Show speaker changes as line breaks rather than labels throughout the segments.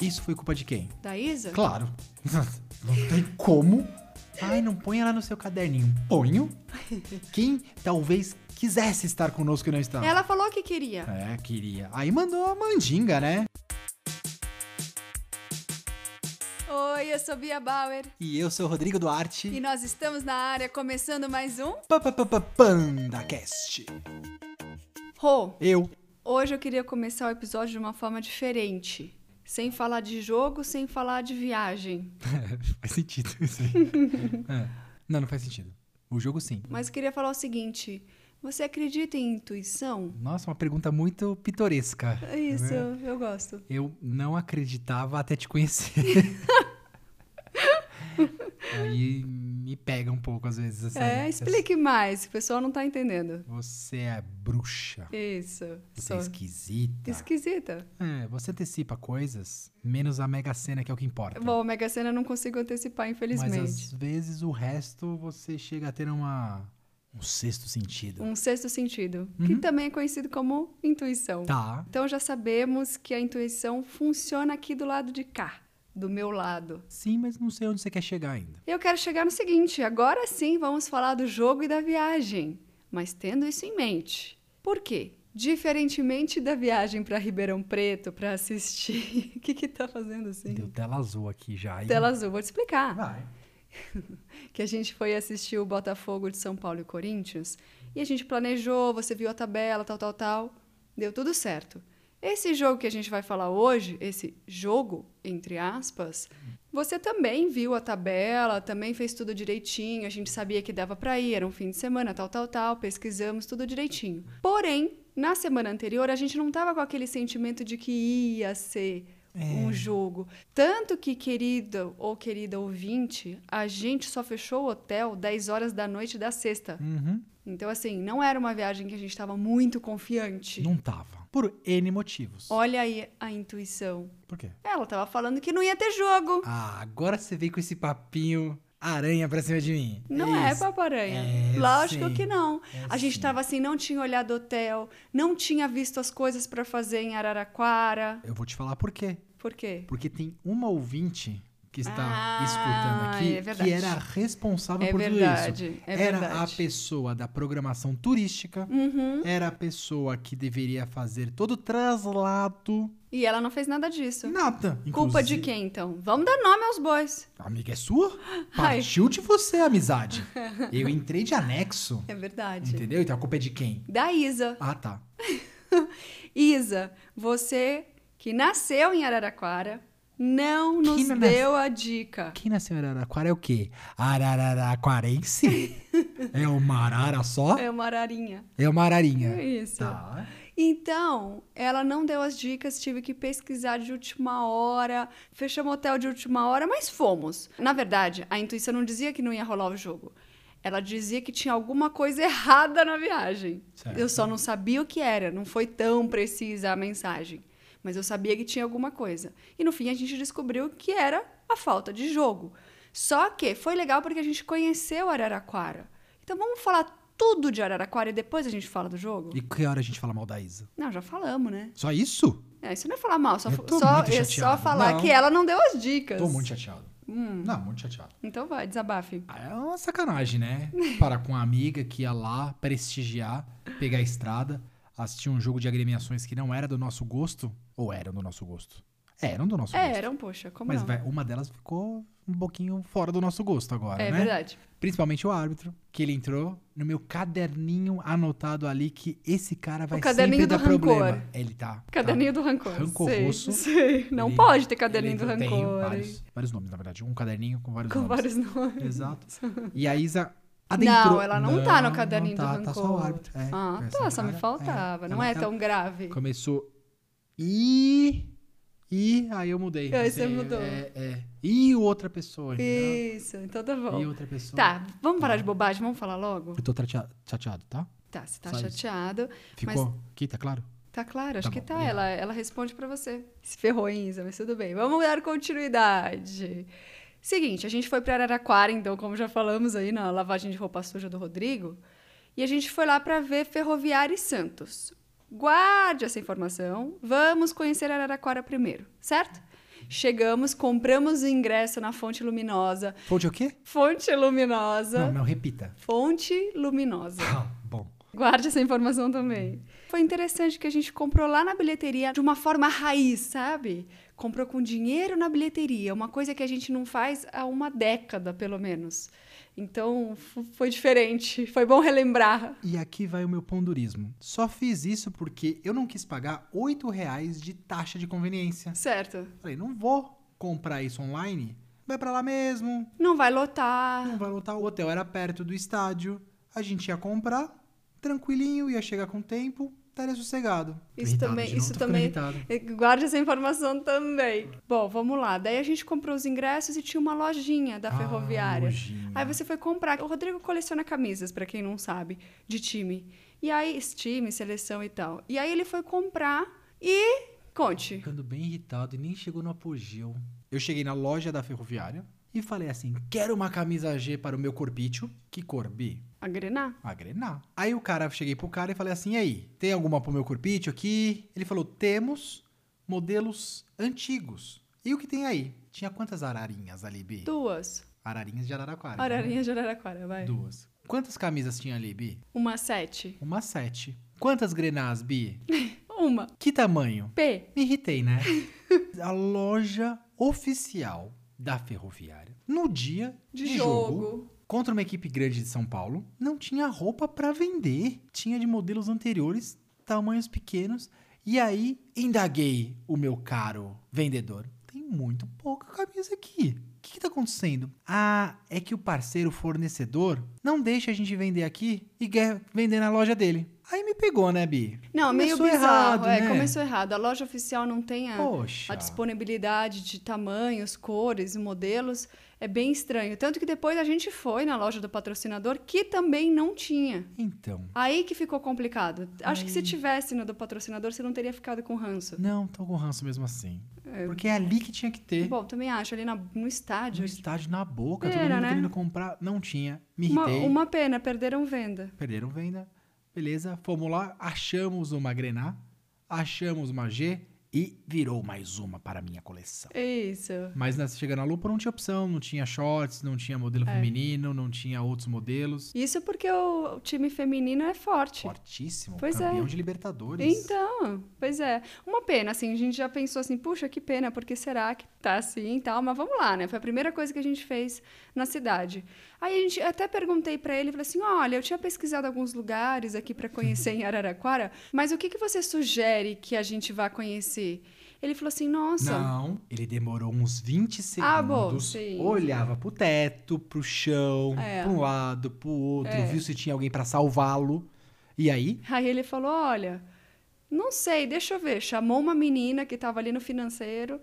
Isso foi culpa de quem?
Da Isa?
Claro. Não tem como. Ai, não ponha lá no seu caderninho. Ponho. Quem talvez quisesse estar conosco e não está.
Ela falou que queria.
É, queria. Aí mandou a mandinga, né?
Oi, eu sou Bia Bauer.
E eu sou o Rodrigo Duarte.
E nós estamos na área começando mais um
Pa- pa- pa- pa- PandaCast.
Rô.
Eu.
Hoje eu queria começar o episódio de uma forma diferente. Sem falar de jogo, sem falar de viagem.
faz sentido isso aí. É. Não, não faz sentido. O jogo sim.
Mas eu queria falar o seguinte: você acredita em intuição?
Nossa, uma pergunta muito pitoresca.
É isso, eu, eu gosto.
Eu não acreditava até te conhecer. Aí me pega um pouco às vezes. Essa,
É, explique mais, o pessoal não tá entendendo.
Você é bruxa.
Isso.
Você
sou
é esquisita.
Esquisita.
É, você antecipa coisas, menos a Mega Sena, que é o que importa.
Bom, a Mega Sena Tá. eu não consigo antecipar,
Mas
infelizmente.
às vezes o resto você chega a ter uma... um sexto sentido.
Um sexto sentido, que também é conhecido como intuição.
Uhum. Tá.
Então já sabemos que a intuição funciona aqui do lado de cá, do meu lado.
Sim, mas não sei onde você quer chegar ainda.
Eu quero chegar no seguinte: agora sim vamos falar do jogo e da viagem, mas tendo isso em mente. Por quê? Diferentemente da viagem para Ribeirão Preto para assistir. O que que tá fazendo assim?
Deu tela azul aqui já. hein?
Tela azul, vou te explicar.
Vai.
que a gente foi assistir o Botafogo de São Paulo e Corinthians, e a gente planejou, você viu a tabela, tal, tal, tal. Deu tudo certo. Esse jogo que a gente vai falar hoje, esse jogo, entre aspas, você também viu a tabela, também fez tudo direitinho, a gente sabia que dava para ir, era um fim de semana, tal, tal, tal, pesquisamos tudo direitinho. Porém, na semana anterior, a gente não tava com aquele sentimento de que ia ser um jogo. Tanto que, querido ou querida ouvinte, a gente só fechou o hotel 10 horas da noite da sexta.
Uhum.
Então, assim, não era uma viagem que a gente estava muito confiante.
Não tava. Por N motivos.
Olha aí a intuição.
Por quê?
Ela tava falando que não ia ter jogo.
Ah, agora você veio com esse papinho aranha pra cima de mim.
Não é,
Isso.
paparanha.
É,
Lógico
sim.
que não.
É,
a gente
sim.
tava assim, não tinha olhado hotel, não tinha visto as coisas pra fazer em Araraquara.
Eu vou te falar por quê.
Por quê?
Porque tem uma ouvinte que está
Ah,
escutando aqui
é verdade.
que era responsável
É
por tudo isso.
verdade. É
era
verdade.
a pessoa da programação turística,
Uhum.
era a pessoa que deveria fazer todo o traslado.
E ela não fez nada disso.
Nada.
Culpa de
Inclusive-
quem, então? Vamos dar nome aos bois.
Amiga é sua?
Ai.
Partiu de você a amizade. Eu entrei de anexo.
É verdade.
Entendeu? Então a culpa é de quem?
Da Isa.
Ah, tá.
Isa, você que nasceu em Araraquara, não
Que
nos
não nas-
deu a dica.
Quem nasceu em Araraquara é o quê? Araraquarense? é uma arara só?
É uma ararinha.
É uma ararinha.
É isso.
Tá.
Então, ela não deu as dicas, tive que pesquisar de última hora, fechamos o hotel de última hora, mas fomos. Na verdade, a intuição não dizia que não ia rolar o jogo. Ela dizia que tinha alguma coisa errada na viagem.
Certo.
Eu só não sabia o que era, não foi tão precisa a mensagem. Mas eu sabia que tinha alguma coisa. E no fim a gente descobriu que era a falta de jogo. Só que foi legal porque a gente conheceu Araraquara. Então vamos falar tudo de Araraquara e depois a gente fala do jogo?
E que hora a gente fala mal da Isa?
Não, já falamos, né?
Só isso?
É, isso não é falar mal, só,
Eu tô
só,
muito
é só
chateado.
falar
Não.
que ela não deu as dicas.
Tô muito chateado.
Hum.
Não, muito chateado.
Então vai, desabafe.
Ah, É uma sacanagem, né? Parar com uma amiga que ia lá prestigiar, pegar a estrada, assistir um jogo de agremiações que não era do nosso gosto. Ou eram do nosso gosto? Eram do nosso
É,
gosto.
eram, poxa, como
Mas
não?
vai- uma delas ficou um pouquinho fora do nosso gosto agora,
é
né?
verdade.
Principalmente o árbitro, que ele entrou no meu caderninho anotado ali que esse cara vai
caderninho
sempre dar
do
problema.
rancor.
Ele tá.
Caderninho do rancor.
Rancoroso.
Sei, sei. Não
Ele-
pode ter
tá.
caderninho
Ele
do
tem
rancor.
Vários, vários nomes, na verdade. Um caderninho com vários
Com
nomes.
vários nomes.
Exato. E a Isa adentrou.
Não, ela não, tá no caderninho
não tá,
do
Tá
rancor.
só o árbitro. É,
ah,
essa
tá, só me
cara,
faltava. não
ela-
é
ela
tão grave.
Começou. E. E. Aí eu mudei.
Aí você
É,
mudou.
É, é. E outra pessoa. entendeu?
Isso, então tá
né? E
bom.
outra pessoa.
Tá, vamos parar de bobagem, vamos falar logo?
Eu tô tratea- chateado, tá?
Tá, você tá
Só isso.
chateado.
Ficou aqui, tá claro?
Tá claro, acho
Tá
que
bom,
tá.
obrigado.
Ela, ela responde pra você. Se ferrou, hein, Isa, mas tudo bem. Vamos dar continuidade. Seguinte, a gente foi pra Araraquara, então, como já falamos aí na lavagem de roupa suja do Rodrigo, e a gente foi lá pra ver Ferroviária e Santos. Guarde essa informação. Vamos conhecer Araraquara primeiro, certo? Chegamos, compramos o ingresso na Fonte Luminosa.
Fonte o quê?
Fonte Luminosa.
Não, não, repita.
Fonte Luminosa.
Ah, bom.
Guarde essa informação também. Foi interessante que a gente comprou lá na bilheteria de uma forma raiz, sabe? Comprou com dinheiro na bilheteria, uma coisa que a gente não faz há uma década, pelo menos. Então f- foi diferente, foi bom relembrar.
E aqui vai o meu pondurismo. Só fiz isso porque eu não quis pagar R$ 8 reais de taxa de conveniência.
Certo.
Falei, não vou comprar isso online. Vai pra lá mesmo.
Não vai lotar.
Não vai lotar. O hotel era perto do estádio. A gente ia comprar, tranquilinho, ia chegar com tempo, estaria sossegado.
Isso
Irritado
também-
de novo,
isso
tô ficando
também-
irritado.
Guarde essa informação também. Bom, vamos lá. Daí a gente comprou os ingressos e tinha uma lojinha da
Ah,
ferroviária.
nojinho.
Aí você foi comprar. O Rodrigo coleciona camisas, pra quem não sabe, de time. E aí, esse time, seleção e tal. E aí ele foi comprar e. Conte.
Ficando bem irritado e nem chegou no apogeu. Eu cheguei na loja da ferroviária e falei assim: quero uma camisa G para o meu corpício. Que cor, Bi?
A grenar?
Agrenar. Aí o cara, cheguei pro cara e falei assim: e aí, tem alguma pro meu corpício aqui? Ele falou: temos modelos antigos. E o que tem aí? Tinha quantas ararinhas ali, Bi?
Duas.
Ararinhas de Araraquara. né?
Ararinha de Araraquara, vai.
Duas. Quantas camisas tinha ali, Bi?
Uma sete.
Uma sete. Quantas grenás, Bi?
Uma.
Que tamanho?
P.
Me irritei, né? A loja oficial da Ferroviária, no dia
De,
de,
jogo.
contra uma equipe grande de São Paulo, não tinha roupa pra vender. Tinha de modelos anteriores, tamanhos pequenos. E aí, indaguei o meu caro vendedor. Tem muito pouca camisa aqui. O que, que tá acontecendo? Ah, é que o parceiro fornecedor não deixa a gente vender aqui e quer vender na loja dele. Aí me pegou, né, Bi?
Não,
Começou
meio bizarro.
errado,
é,
né?
começou errado. A loja oficial não tem a.
Poxa.
A disponibilidade de tamanhos, cores e modelos é bem estranho. Tanto que depois a gente foi na loja do patrocinador, que também não tinha.
Então.
Aí que ficou complicado. Acho que se tivesse no do patrocinador, você não teria ficado com ranço.
Não, tô com ranço mesmo assim. Porque é ali que tinha que ter.
Bom, também acho, ali na- no
no
estádio.
estádio na boca, todo
Era,
mundo
né?
querendo comprar. Não tinha. Me
Uma,
irritei.
uma pena, perderam venda.
Perderam venda. Beleza, fomos lá, achamos uma Grená, achamos uma G e virou mais uma para a minha coleção.
Isso.
Mas na, chegando na Lupa não tinha opção, não tinha shorts, não tinha modelo
É.
feminino, não tinha outros modelos.
Isso porque o, o time feminino é forte.
Fortíssimo,
Pois é.
campeão de Libertadores.
Então, pois é. Uma pena, assim, a gente já pensou assim, puxa, que pena, porque será que tá assim e tal? Mas vamos lá, né? Foi a primeira coisa que a gente fez na cidade. Aí a gente eu até perguntei pra ele, falei assim, olha, eu tinha pesquisado alguns lugares aqui pra conhecer em Araraquara, mas o que, que você sugere que a gente vá conhecer? Ele falou assim, nossa...
Não, ele demorou uns 20 segundos.
Ah, bom, sim.
Olhava pro teto, pro chão,
É.
pra um lado, pro outro,
É.
viu se tinha alguém pra salvá-lo. E aí,
Aí ele falou: Olha, não sei, deixa eu ver. Chamou uma menina que estava ali no financeiro,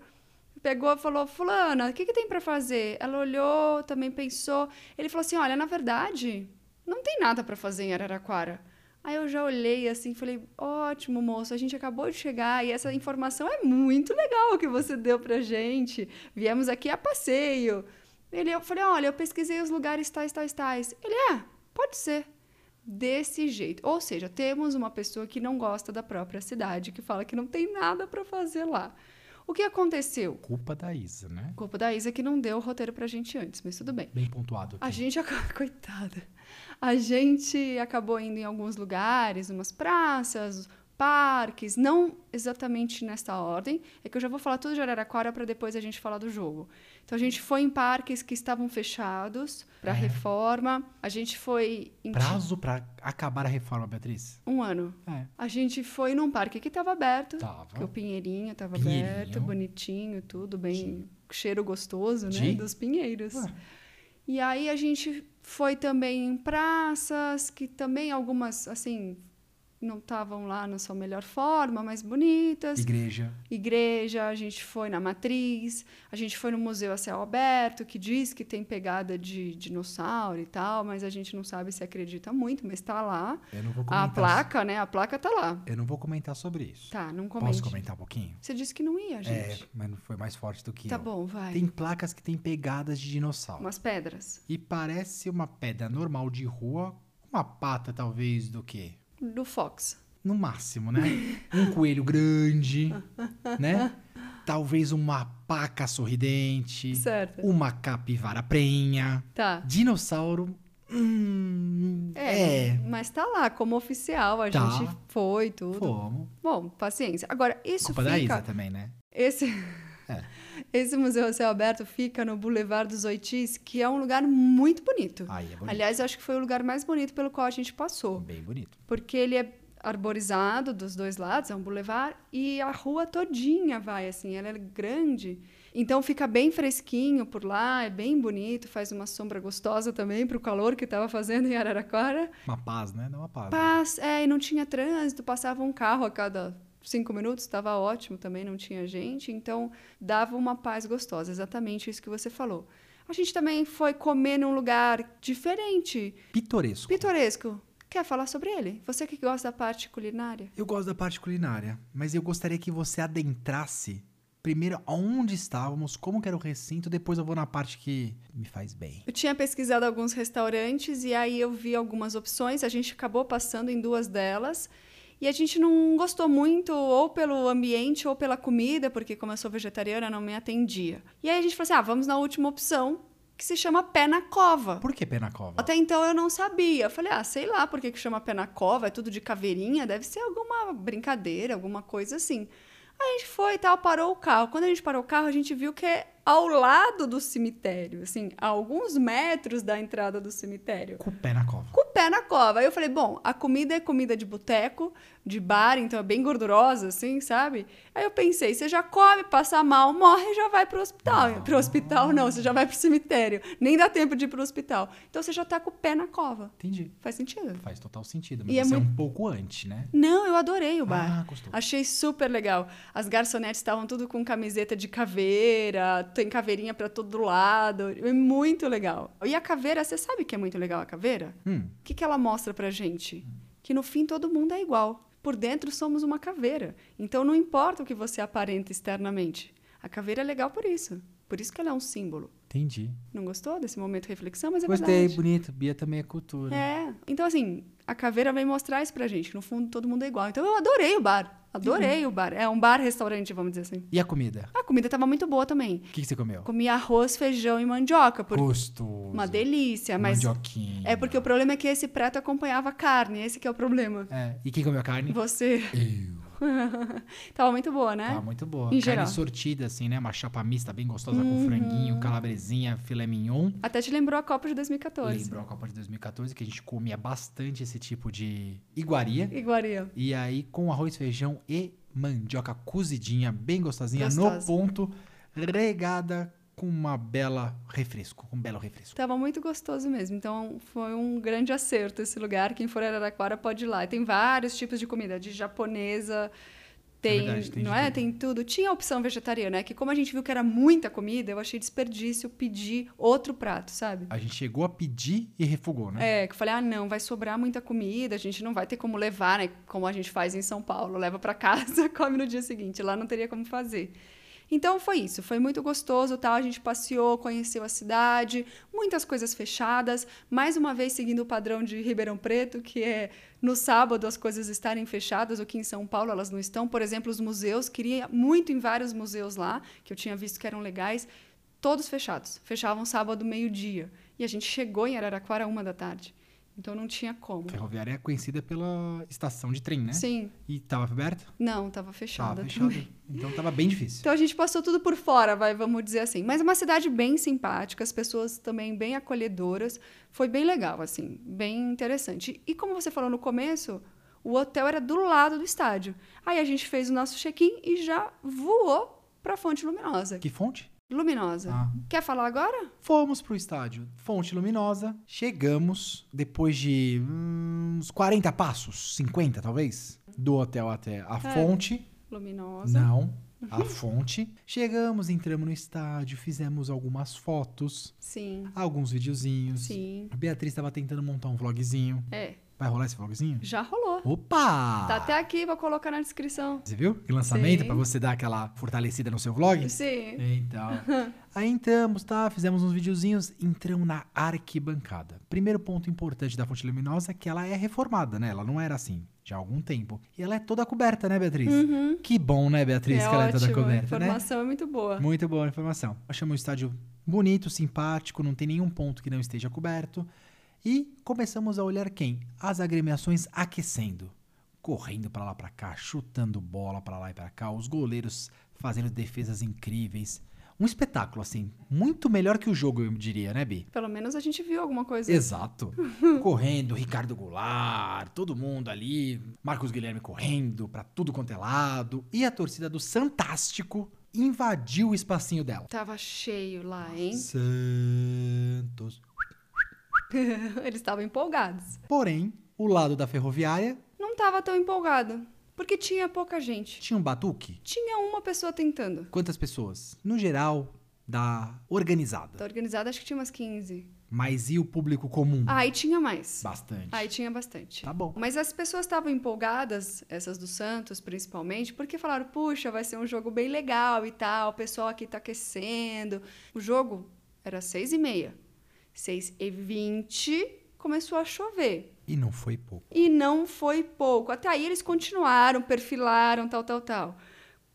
pegou e falou: Fulana, o que, que tem para fazer? Ela olhou, também pensou. Ele falou assim: Olha, na verdade, não tem nada para fazer em Araraquara. Aí eu já olhei assim, falei: Ótimo, moço, a gente acabou de chegar e essa informação é muito legal que você deu pra gente. Viemos aqui a passeio. Ele, eu falei: Olha, eu pesquisei os lugares tais, tais, tais. Ele é, pode ser desse jeito. Ou seja, temos uma pessoa que não gosta da própria cidade, que fala que não tem nada para fazer lá. O que aconteceu?
culpa da Isa, né?
Culpa da Isa que não deu o roteiro pra gente antes, mas tudo bem.
Bem pontuado aqui.
A gente acabou, coitada. A gente acabou indo em alguns lugares, umas praças, parques, não exatamente nessa ordem. É que eu já vou falar tudo de Araraquara para depois a gente falar do jogo. Então a gente foi em parques que estavam fechados para reforma. A gente foi em
Prazo pra acabar a reforma, Beatriz?
um ano.
É.
A gente foi num parque que estava aberto, que é o
Tava.
Pinheirinho estava
Tá. Pinheirinho.
aberto, bonitinho, tudo bem, cheiro gostoso, né,
De-
dos pinheiros.
Ah.
E aí a gente foi também em praças que também algumas assim não estavam lá na sua melhor forma, mas bonitas.
Igreja.
Igreja, a gente foi na Matriz, a gente foi no Museu a Céu Aberto, que diz que tem pegada de dinossauro e tal, mas a gente não sabe se acredita muito, mas está lá.
Eu não vou comentar.
A placa, né? A placa tá lá.
Eu não vou comentar sobre isso.
Tá, não comente.
Posso comentar um pouquinho?
Você disse que não ia, gente.
É, mas não foi mais forte do que
tá
eu.
bom, vai.
Tem placas que tem pegadas de dinossauro.
Umas pedras.
E parece uma pedra normal de rua, uma pata talvez do quê?
Do Fox.
No máximo, né? Um coelho grande, né? talvez uma paca sorridente,
Certo.
uma capivara prenha,
Tá.
dinossauro. Hum,
É,
é.
Mas tá lá, como oficial, a
Tá.
gente foi, tudo.
Fomos.
Bom, paciência. Agora, isso
Culpa da
fica.
Isa também, né?
Esse,
É.
esse Museu a Céu Aberto fica no Boulevard dos Oitis, que é um lugar muito bonito.
Aí é bonito.
Aliás, eu acho que foi o lugar mais bonito pelo qual a gente passou.
Bem bonito.
Porque ele é arborizado dos dois lados, é um boulevard, e a rua todinha vai, assim, ela é grande. Então fica bem fresquinho por lá, é bem bonito, faz uma sombra gostosa também para o calor que estava fazendo em Araraquara.
Uma paz, né? Dá uma paz. né?
Paz, é, e não tinha trânsito, passava um carro a cada cinco minutos, estava ótimo também, não tinha gente, então dava uma paz gostosa, exatamente isso que você falou. A gente também foi comer num lugar diferente,
Pitoresco.
pitoresco. Quer falar sobre ele? Você que gosta da parte culinária?
Eu gosto da parte culinária, mas eu gostaria que você adentrasse primeiro aonde estávamos, como que era o recinto, depois eu vou na parte que me faz bem.
Eu tinha pesquisado alguns restaurantes e aí eu vi algumas opções, a gente acabou passando em duas delas. E a gente não gostou muito, ou pelo ambiente, ou pela comida, porque como eu sou vegetariana, não me atendia. E aí a gente falou assim: ah, vamos na última opção, que se chama Pé na Cova.
Por que pé na cova?
Até então eu não sabia. Eu falei, ah, sei lá por que, que chama pé na cova, é tudo de caveirinha, deve ser alguma brincadeira, alguma coisa assim. Aí a gente foi e tal, parou o carro. Quando a gente parou o carro, a gente viu que é ao lado do cemitério, assim, a alguns metros da entrada do cemitério.
Com o pé na cova.
Com o pé na cova. Aí eu falei, bom, a comida é comida de boteco, de bar, então é bem gordurosa, assim, sabe? Aí eu pensei, você já come, passa mal, morre e já vai pro hospital.
Ah.
Pro hospital não, você já vai pro cemitério. Nem dá tempo de ir pro hospital. Então você já tá com o pé na cova.
Entendi.
Faz sentido?
Faz total sentido, mas
E é
você é,
muito-
um pouco anti, né?
Não, eu adorei o bar.
Ah, gostou.
Achei super legal. As garçonetes estavam tudo com camiseta de caveira, tem caveirinha pra todo lado. É muito legal. E a caveira, você sabe que é muito legal a caveira?
Hum,
O que, que ela mostra pra gente? Que no fim todo mundo é igual. Por dentro somos uma caveira. Então não importa o que você aparenta externamente. A caveira é legal por isso. Por isso que ela é um símbolo.
entendi.
Não gostou desse momento de reflexão? Mas é
Gostei,
verdade.
bonito. Bia também é cultura.
É. Então, assim, a caveira vem mostrar isso pra gente. No fundo, todo mundo é igual. Então, eu adorei o bar. Adorei
Uhum.
o bar. É um bar-restaurante, vamos dizer assim.
E a comida?
A comida tava muito boa também.
O que, que você comeu?
Comi arroz, feijão e mandioca. Por...
Gostoso.
Uma delícia, mas...
Mandioquinha.
É porque o problema é que esse prato acompanhava carne. Esse que é o problema.
É, E quem comeu a carne?
Você...
Eu.
tava muito boa, né?
Tá muito boa. carne
Em geral. Uhum.
sortida, assim, né? Uma chapa mista bem gostosa com franguinho, calabresinha, filé mignon.
Até te lembrou a Copa de 2014.
Lembrou a Copa de 2014 que a gente comia bastante esse tipo de iguaria.
Iguaria.
E aí, com arroz, feijão e mandioca cozidinha, bem gostosinha,
Gostosa.
no ponto, regada com uma bela refresco, com um belo refresco.
Tava muito gostoso mesmo. Então foi um grande acerto esse lugar. Quem for a Araraquara pode ir lá. E tem vários tipos de comida, de japonesa. Tem,
verdade, tem de
não é?
tudo.
Tem tudo. Tinha a opção vegetariana, é que como a gente viu que era muita comida, eu achei desperdício pedir outro prato, sabe?
A gente chegou a pedir e refugou, né?
É, que eu falei, ah, não, vai sobrar muita comida, a gente não vai ter como levar, né? Como a gente faz em São Paulo, leva pra casa, come no dia seguinte, lá não teria como fazer. Então foi isso, foi muito gostoso, tal, a gente passeou, conheceu a cidade, muitas coisas fechadas, mais uma vez seguindo o padrão de Ribeirão Preto, que é no sábado as coisas estarem fechadas, o que em São Paulo elas não estão, por exemplo, os museus, queria muito em vários museus lá, que eu tinha visto que eram legais, todos fechados. Fechavam sábado, meio-dia. E a gente chegou em Araraquara uma da tarde. Então não tinha como.
Ferroviária é conhecida pela estação de trem, né?
Sim.
E tava aberto?
Não, tava
Tava
fechada.
fechado. Então tava bem difícil.
Então a gente passou tudo por fora, vai, vamos dizer assim. Mas é uma cidade bem simpática, as pessoas também bem acolhedoras. Foi bem legal, assim, bem interessante. E como você falou no começo, o hotel era do lado do estádio. Aí a gente fez o nosso check-in e já voou pra Fonte Luminosa.
Que fonte?
Luminosa.
Ah.
Quer falar agora?
Fomos pro estádio Fonte Luminosa, chegamos, depois de hum, uns 40 passos, 50 talvez, do hotel até a
É.
fonte.
Luminosa.
Não,
Uhum.
a fonte. Chegamos, entramos no estádio, fizemos algumas fotos,
Sim.
alguns videozinhos.
Sim.
A Beatriz tava tentando montar um vlogzinho.
É,
Vai rolar esse vlogzinho?
já rolou.
Opa!
Tá até aqui, vou colocar na descrição.
Você viu? Que lançamento
Sim.
pra você dar aquela fortalecida no seu vlog?
Sim.
Então. Aí entramos, tá? Fizemos uns videozinhos, entramos na arquibancada. Primeiro ponto importante da Fonte Luminosa é que ela é reformada, né? Ela não era assim. já há algum tempo. E ela é toda coberta, né, Beatriz? Que bom, né, Beatriz,
Uhum. é
que ela é toda
ótimo, a
coberta, né?
informação é muito boa.
Muito boa a informação. Achamos um estádio bonito, simpático, não tem nenhum ponto que não esteja coberto. E começamos a olhar quem? As agremiações aquecendo. Correndo pra lá pra cá, chutando bola pra lá e pra cá, os goleiros fazendo defesas incríveis. Um espetáculo, assim, muito melhor que o jogo, eu diria, né, Bi?
Pelo menos a gente viu alguma coisa.
Exato. correndo, Ricardo Goulart, todo mundo ali, Marcos Guilherme correndo pra tudo quanto é lado. E a torcida do Santástico invadiu o espacinho dela.
Tava cheio lá, hein?
Santos.
Eles estavam empolgados.
Porém, o lado da ferroviária
Não tava tão empolgado, porque tinha pouca gente.
tinha um batuque.
Tinha uma pessoa tentando.
Quantas pessoas? No geral, da organizada.
Tá organizada, acho que tinha umas 15.
Mas e o público comum?
Aí tinha mais.
Bastante.
Aí tinha bastante.
Tá bom.
Mas as pessoas estavam empolgadas, essas do Santos principalmente, porque falaram: puxa, vai ser um jogo bem legal e tal, o pessoal aqui tá aquecendo. O jogo era seis e meia. Seis e vinte começou a chover.
E não foi pouco.
E não foi pouco. Até aí eles continuaram, perfilaram, tal, tal, tal.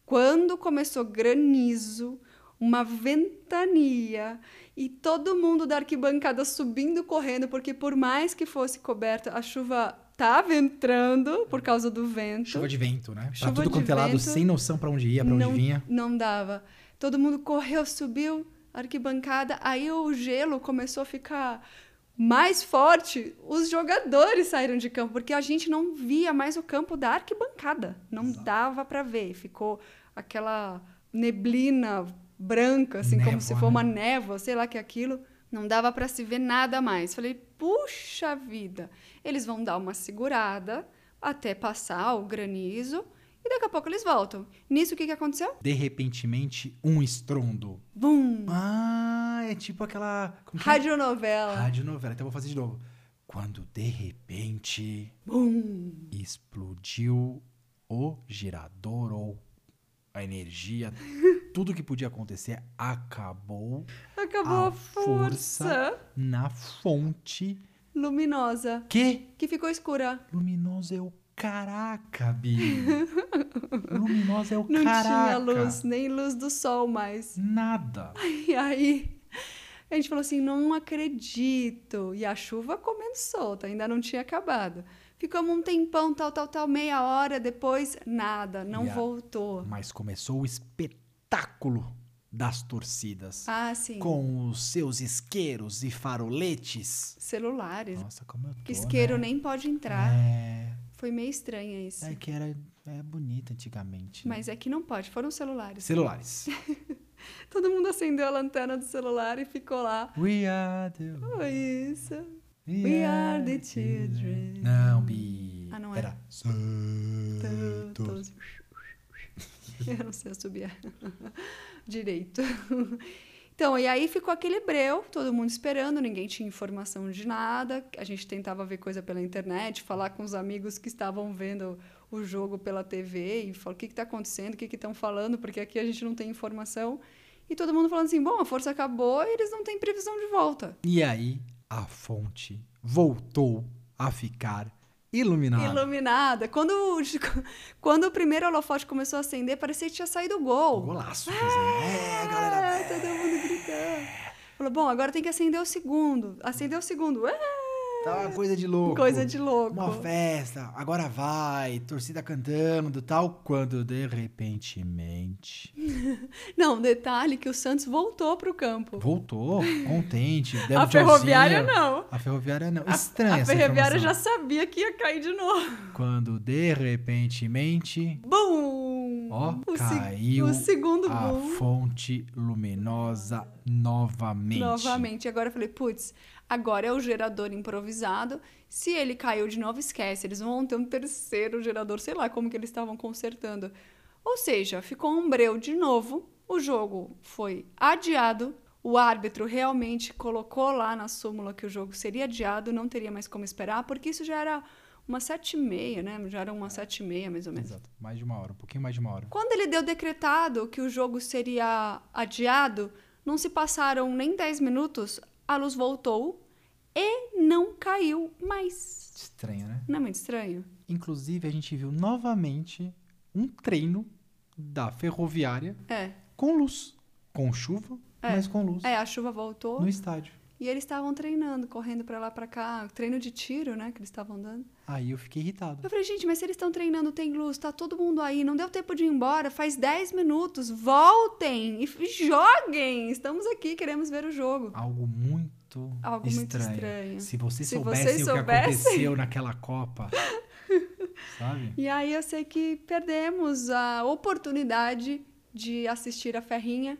Quando começou granizo, uma ventania e todo mundo da arquibancada subindo correndo, porque por mais que fosse coberta, a chuva tava entrando por causa do vento.
Chuva de vento, né?
Chuva
pra tudo
de
quanto é lado,
vento.
sem noção pra onde ia, pra onde
não,
vinha.
Não dava. Todo mundo correu, subiu, arquibancada, aí o gelo começou a ficar mais forte. Os jogadores saíram de campo, porque a gente não via mais o campo da arquibancada. Não dava pra ver. Ficou aquela neblina branca, assim, como
Névoa,
se for
né?
uma névoa, sei lá que é aquilo. Não dava pra se ver nada mais. Falei, puxa vida, eles vão dar uma segurada até passar o granizo e daqui a pouco eles voltam. Nisso, o que, que aconteceu?
De repentemente, um estrondo.
Bum!
Ah, é tipo aquela. Como que é?
Radionovela.
Rádio novela. Então eu vou fazer de novo. Quando de repente
Bum!
explodiu o gerador ou a energia, tudo que podia acontecer acabou
Acabou
A
a força,
na fonte
luminosa,
que
que ficou escura.
luminosa é o caraca, Bi. luminosa é o
Não tinha
caraca.
luz, nem luz do sol mais.
Nada.
E aí, a gente falou assim: não acredito. E a chuva comendo solta, ainda não tinha acabado. Ficamos um tempão, tal, tal, tal, meia hora depois, nada, não
E a-
voltou.
Mas começou o espetáculo das torcidas.
Ah, sim.
Com os seus isqueiros e faroletes.
Celulares.
Nossa, como eu tô,
Que isqueiro
Ah, né?
nem pode entrar.
É,
Foi meio estranha isso.
é que era é bonita antigamente. né?
Mas é que não pode, foram celulares.
Celulares.
Todo mundo acendeu a lanterna do celular e ficou lá.
We are the...
Oh, isso. We are the children.
Não, Bi.
Ah, não
era. Santos.
Todos. Eu não sei assobiar direito. Então, e aí ficou aquele breu, todo mundo esperando, ninguém tinha informação de nada. A gente tentava ver coisa pela internet, falar com os amigos que estavam vendo o jogo pela TV e falar o que está acontecendo, o que estão falando, porque aqui a gente não tem informação. E todo mundo falando assim: bom, a força acabou e eles não têm previsão de volta.
E aí, a fonte voltou a ficar iluminada.
Iluminada. Quando, o- quando o primeiro holofote começou a acender, parecia que tinha saído o
Um
gol.
Golaço. quer dizer, É, galera.
Ah, todo mundo gritando. Falou, bom, agora tem que acender o segundo. Acender o segundo. Ah,
Tá uma coisa de louco.
coisa de louco.
Uma festa, agora vai, torcida cantando, tal, quando de repentemente
Não, detalhe que o Santos voltou pro campo.
voltou, contente, deu
a
um
ferroviária
tchauzinho.
não.
A ferroviária não. Estranha
A
essa
ferroviária já
informação.
sabia que ia cair de novo.
Quando de repentemente,
Bum!
ó,
O se-
caiu
o segundo
a
bum.
fonte luminosa novamente.
Novamente. Agora eu falei, putz, agora é o gerador improvisado. Se ele caiu de novo, esquece. Eles vão ter um terceiro gerador, sei lá como que eles estavam consertando. Ou seja, ficou um breu de novo. O jogo foi adiado. O árbitro realmente colocou lá na súmula que o jogo seria adiado, não teria mais como esperar, porque isso já era umas sete e meia, né? Já era umas sete e meia, mais ou menos.
Exato, mais de uma hora, um pouquinho mais de uma hora.
Quando ele deu decretado que o jogo seria adiado, não se passaram nem 10 minutos, a luz voltou e não caiu mais.
Estranho, né?
Não é muito estranho?
Inclusive, a gente viu novamente um treino da ferroviária
É.
com luz. Com chuva,
É.
mas com luz.
É, a chuva voltou
No estádio.
e eles estavam treinando, correndo pra lá pra cá, treino de tiro, né, que eles estavam dando.
Aí eu fiquei irritado.
Eu falei, gente, mas se eles estão treinando, tem luz, tá todo mundo aí, não deu tempo de ir embora, faz 10 minutos, voltem e f- joguem. Estamos aqui, queremos ver o jogo.
Algo muito
Algo
estranho.
muito estranho.
Se vocês
Se
soubessem
vocês
o que
soubessem.
aconteceu naquela Copa, sabe?
E aí eu sei que perdemos a oportunidade de assistir a Ferrinha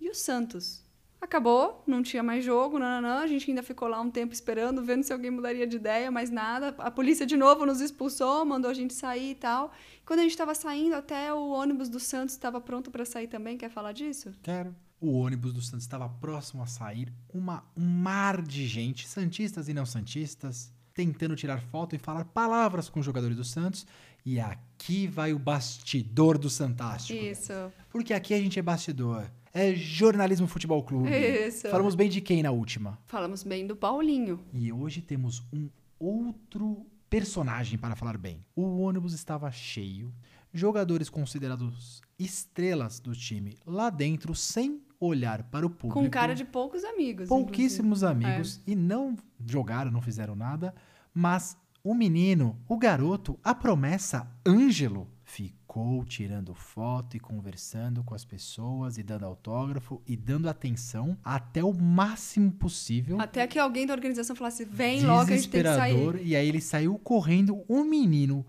e o Santos. Acabou, não tinha mais jogo, não, não, não. A gente ainda ficou lá um tempo esperando, vendo se alguém mudaria de ideia, mas nada. A polícia de novo nos expulsou, mandou a gente sair e tal. Quando a gente estava saindo, até o ônibus do Santos estava pronto para sair também. Quer falar disso?
Quero. O ônibus do Santos estava próximo a sair, uma, um mar de gente, santistas e não santistas, tentando tirar foto e falar palavras com os jogadores do Santos. E aqui vai o bastidor do Santástico.
Isso.
Porque aqui a gente é bastidor. É jornalismo futebol clube.
Isso.
Falamos bem de quem na última?
Falamos bem do Paulinho.
E hoje temos um outro personagem para falar bem. O ônibus estava cheio, jogadores considerados estrelas do time lá dentro, sem olhar para o público.
Com cara de poucos amigos. inclusive. É.
pouquíssimos amigos e não jogaram, não fizeram nada, mas o menino, o garoto, a promessa, Ângelo, ficou tirando foto e conversando com as pessoas e dando autógrafo e dando atenção até o máximo possível
Até que alguém da organização falasse: vem logo, a gente tem que sair.
desesperador, E aí ele saiu correndo. O menino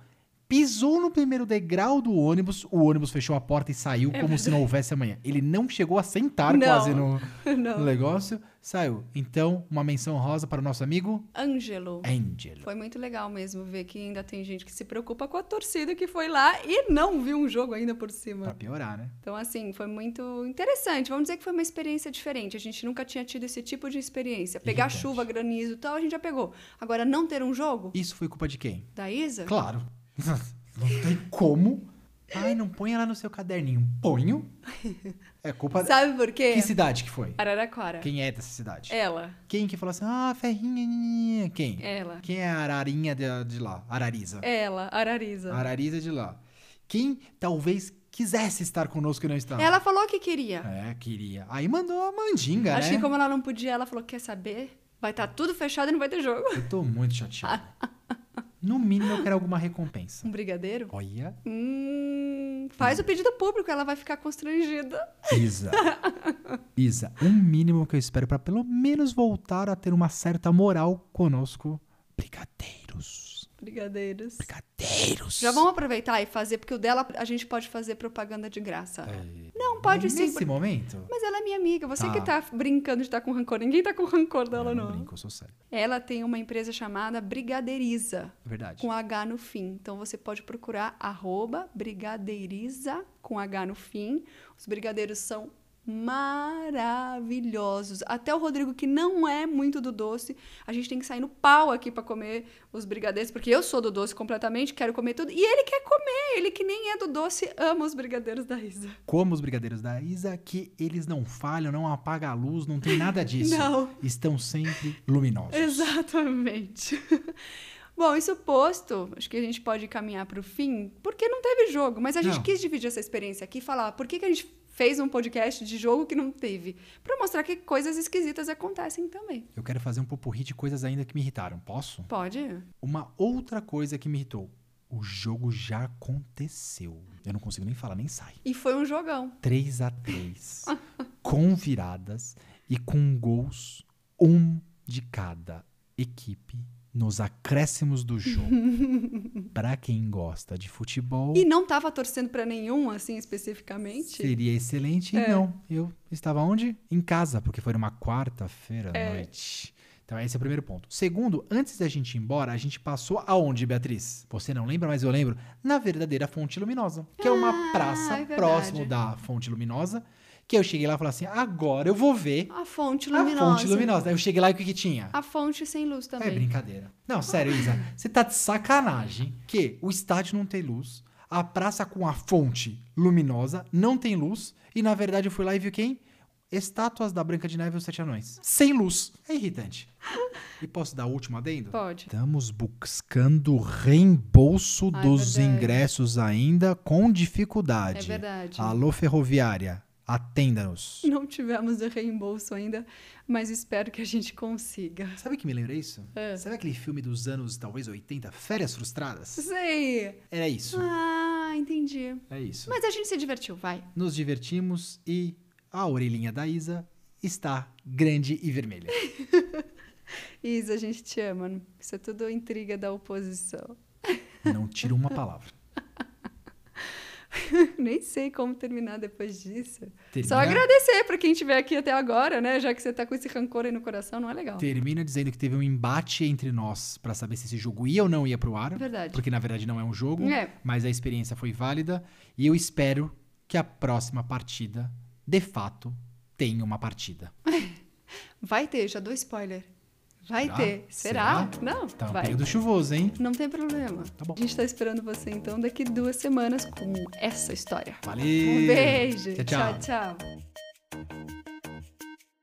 pisou no primeiro degrau do ônibus. O ônibus fechou a porta e saiu como se não houvesse amanhã. Ele não chegou a sentar
É Não.
quase no,
Não.
no negócio. Saiu. Então, uma menção rosa para o nosso amigo
Ângelo.
Angelo.
Foi muito legal mesmo ver que ainda tem gente que se preocupa com a torcida que foi lá e não viu um jogo ainda por
Pra
cima.
piorar, né?
Então, assim, foi muito interessante. Vamos dizer que foi uma experiência diferente. A gente nunca tinha tido esse tipo de experiência. Pegar
Irritante.
chuva, granizo e tal, a gente já pegou. Agora, não ter um jogo
Isso foi culpa de quem?
da Isa?
Claro. Não tem como. Ai, não ponha lá no seu caderninho. Ponho. É culpa...
Sabe por quê?
Que cidade que foi?
Araraquara.
Quem é dessa cidade?
Ela.
Quem que falou assim, ah, ferrinha, nhanhanhanhan? quem?
Ela.
Quem é a ararinha de, de lá? Arariza.
Ela, Arariza.
Arariza de lá. Quem talvez quisesse estar conosco e não estava?
Ela falou que queria.
É, queria. Aí mandou a mandinga,
Acho
né?
que como ela não podia, ela falou, quer saber? Vai estar tudo fechado e não vai ter jogo.
Eu tô muito chateado. No mínimo, eu quero alguma recompensa.
Um brigadeiro?
Olha,
Hum, faz o pedido público, ela vai ficar constrangida.
Isa. Isa, um mínimo que eu espero pra pelo menos voltar a ter uma certa moral conosco. Brigadeiros.
Brigadeiros.
Brigadeiros.
Já vamos aproveitar e fazer, porque o dela a gente pode fazer propaganda de graça. Não, pode sim.
Nesse momento?
Mas ela é minha amiga. Você
É. Tá.
que tá brincando de estar com rancor. Ninguém tá com rancor dela,
eu
não.
brinco, eu sou sério.
Ela tem uma empresa chamada Brigadeiriza,
É verdade.
com H no fim. Então você pode procurar arroba Brigadeiriza, com H no fim. Os brigadeiros são maravilhosos. Até o Rodrigo, que não é muito do doce, a gente tem que sair no pau aqui pra comer os brigadeiros, porque eu sou do doce completamente, quero comer tudo. E ele quer comer, ele que nem é do doce, ama os brigadeiros da Isa.
como os brigadeiros da Isa, que eles não falham, não apagam a luz, não tem nada disso.
Não.
Estão sempre luminosos.
Exatamente. Bom, isso posto, acho que a gente pode caminhar para o fim, porque não teve jogo, mas a gente
Não.
quis dividir essa experiência aqui e falar por que, que a gente fez um podcast de jogo que não teve, para mostrar que coisas esquisitas acontecem também.
Eu quero fazer um popurrí de coisas ainda que me irritaram. Posso?
Pode?
Uma outra coisa que me irritou. O jogo já aconteceu. Eu não consigo nem falar, nem sai.
E foi um jogão.
3 a 3 com viradas e com gols, um de cada equipe nos acréscimos do jogo. pra quem gosta de futebol,
E não tava torcendo para nenhum, assim, especificamente.
Seria excelente.
É.
E não, eu estava onde? Em casa, porque foi numa quarta-feira à
É.
noite. Então, esse é o primeiro ponto. Segundo, antes da gente ir embora, a gente passou aonde, Beatriz? Você não lembra, mas eu lembro. Na verdadeira Fonte Luminosa, que é uma
Ah,
praça
é verdade.
próximo da Fonte Luminosa. Que eu cheguei lá e falei assim: agora eu vou ver
A fonte
a
luminosa.
Fonte Luminosa. Aí eu cheguei lá e o que, que tinha?
A fonte sem luz
É
também. Ah.
brincadeira. Não, sério, Isa. Você tá de sacanagem que o estádio não tem luz, a praça com a fonte luminosa não tem luz, e na verdade eu fui lá e vi quem? Estátuas da Branca de Neve e os Sete Anões. Sem luz. É irritante. E posso dar o último adendo?
Pode.
Estamos buscando reembolso
Ah, é
dos
verdade.
ingressos ainda com dificuldade.
É verdade.
Alô, ferroviária, atenda-nos.
Não tivemos o reembolso ainda, mas espero que a gente consiga.
Sabe o que me lembra isso?
É.
Sabe aquele filme dos anos, talvez 80, Férias Frustradas?
Sei!
Era É isso.
Ah, entendi.
É isso.
Mas a gente se divertiu, vai.
Nos divertimos e a orelhinha da Isa está grande e vermelha.
Isa, a gente te ama. Isso é tudo intriga da oposição.
Não tiro uma palavra.
Nem sei como terminar depois disso. Só
Termina-
agradecer pra quem estiver aqui até agora, né? Já que você tá com esse rancor aí no coração, não é legal.
Termina dizendo que teve um embate entre nós pra saber se esse jogo ia ou não ia pro ar.
Verdade.
Porque na verdade não é um jogo,
É.
mas a experiência foi válida e eu espero que a próxima partida, de fato, tenha uma partida.
Vai ter, já dou spoiler. Vai
Será?
ter. Será?
Será?
Não,
Tá um
vai.
período chuvoso, hein?
Não tem problema.
Tá bom.
A gente tá esperando você então daqui duas semanas com essa história.
Valeu!
Um beijo.
Tchau, tchau.
tchau.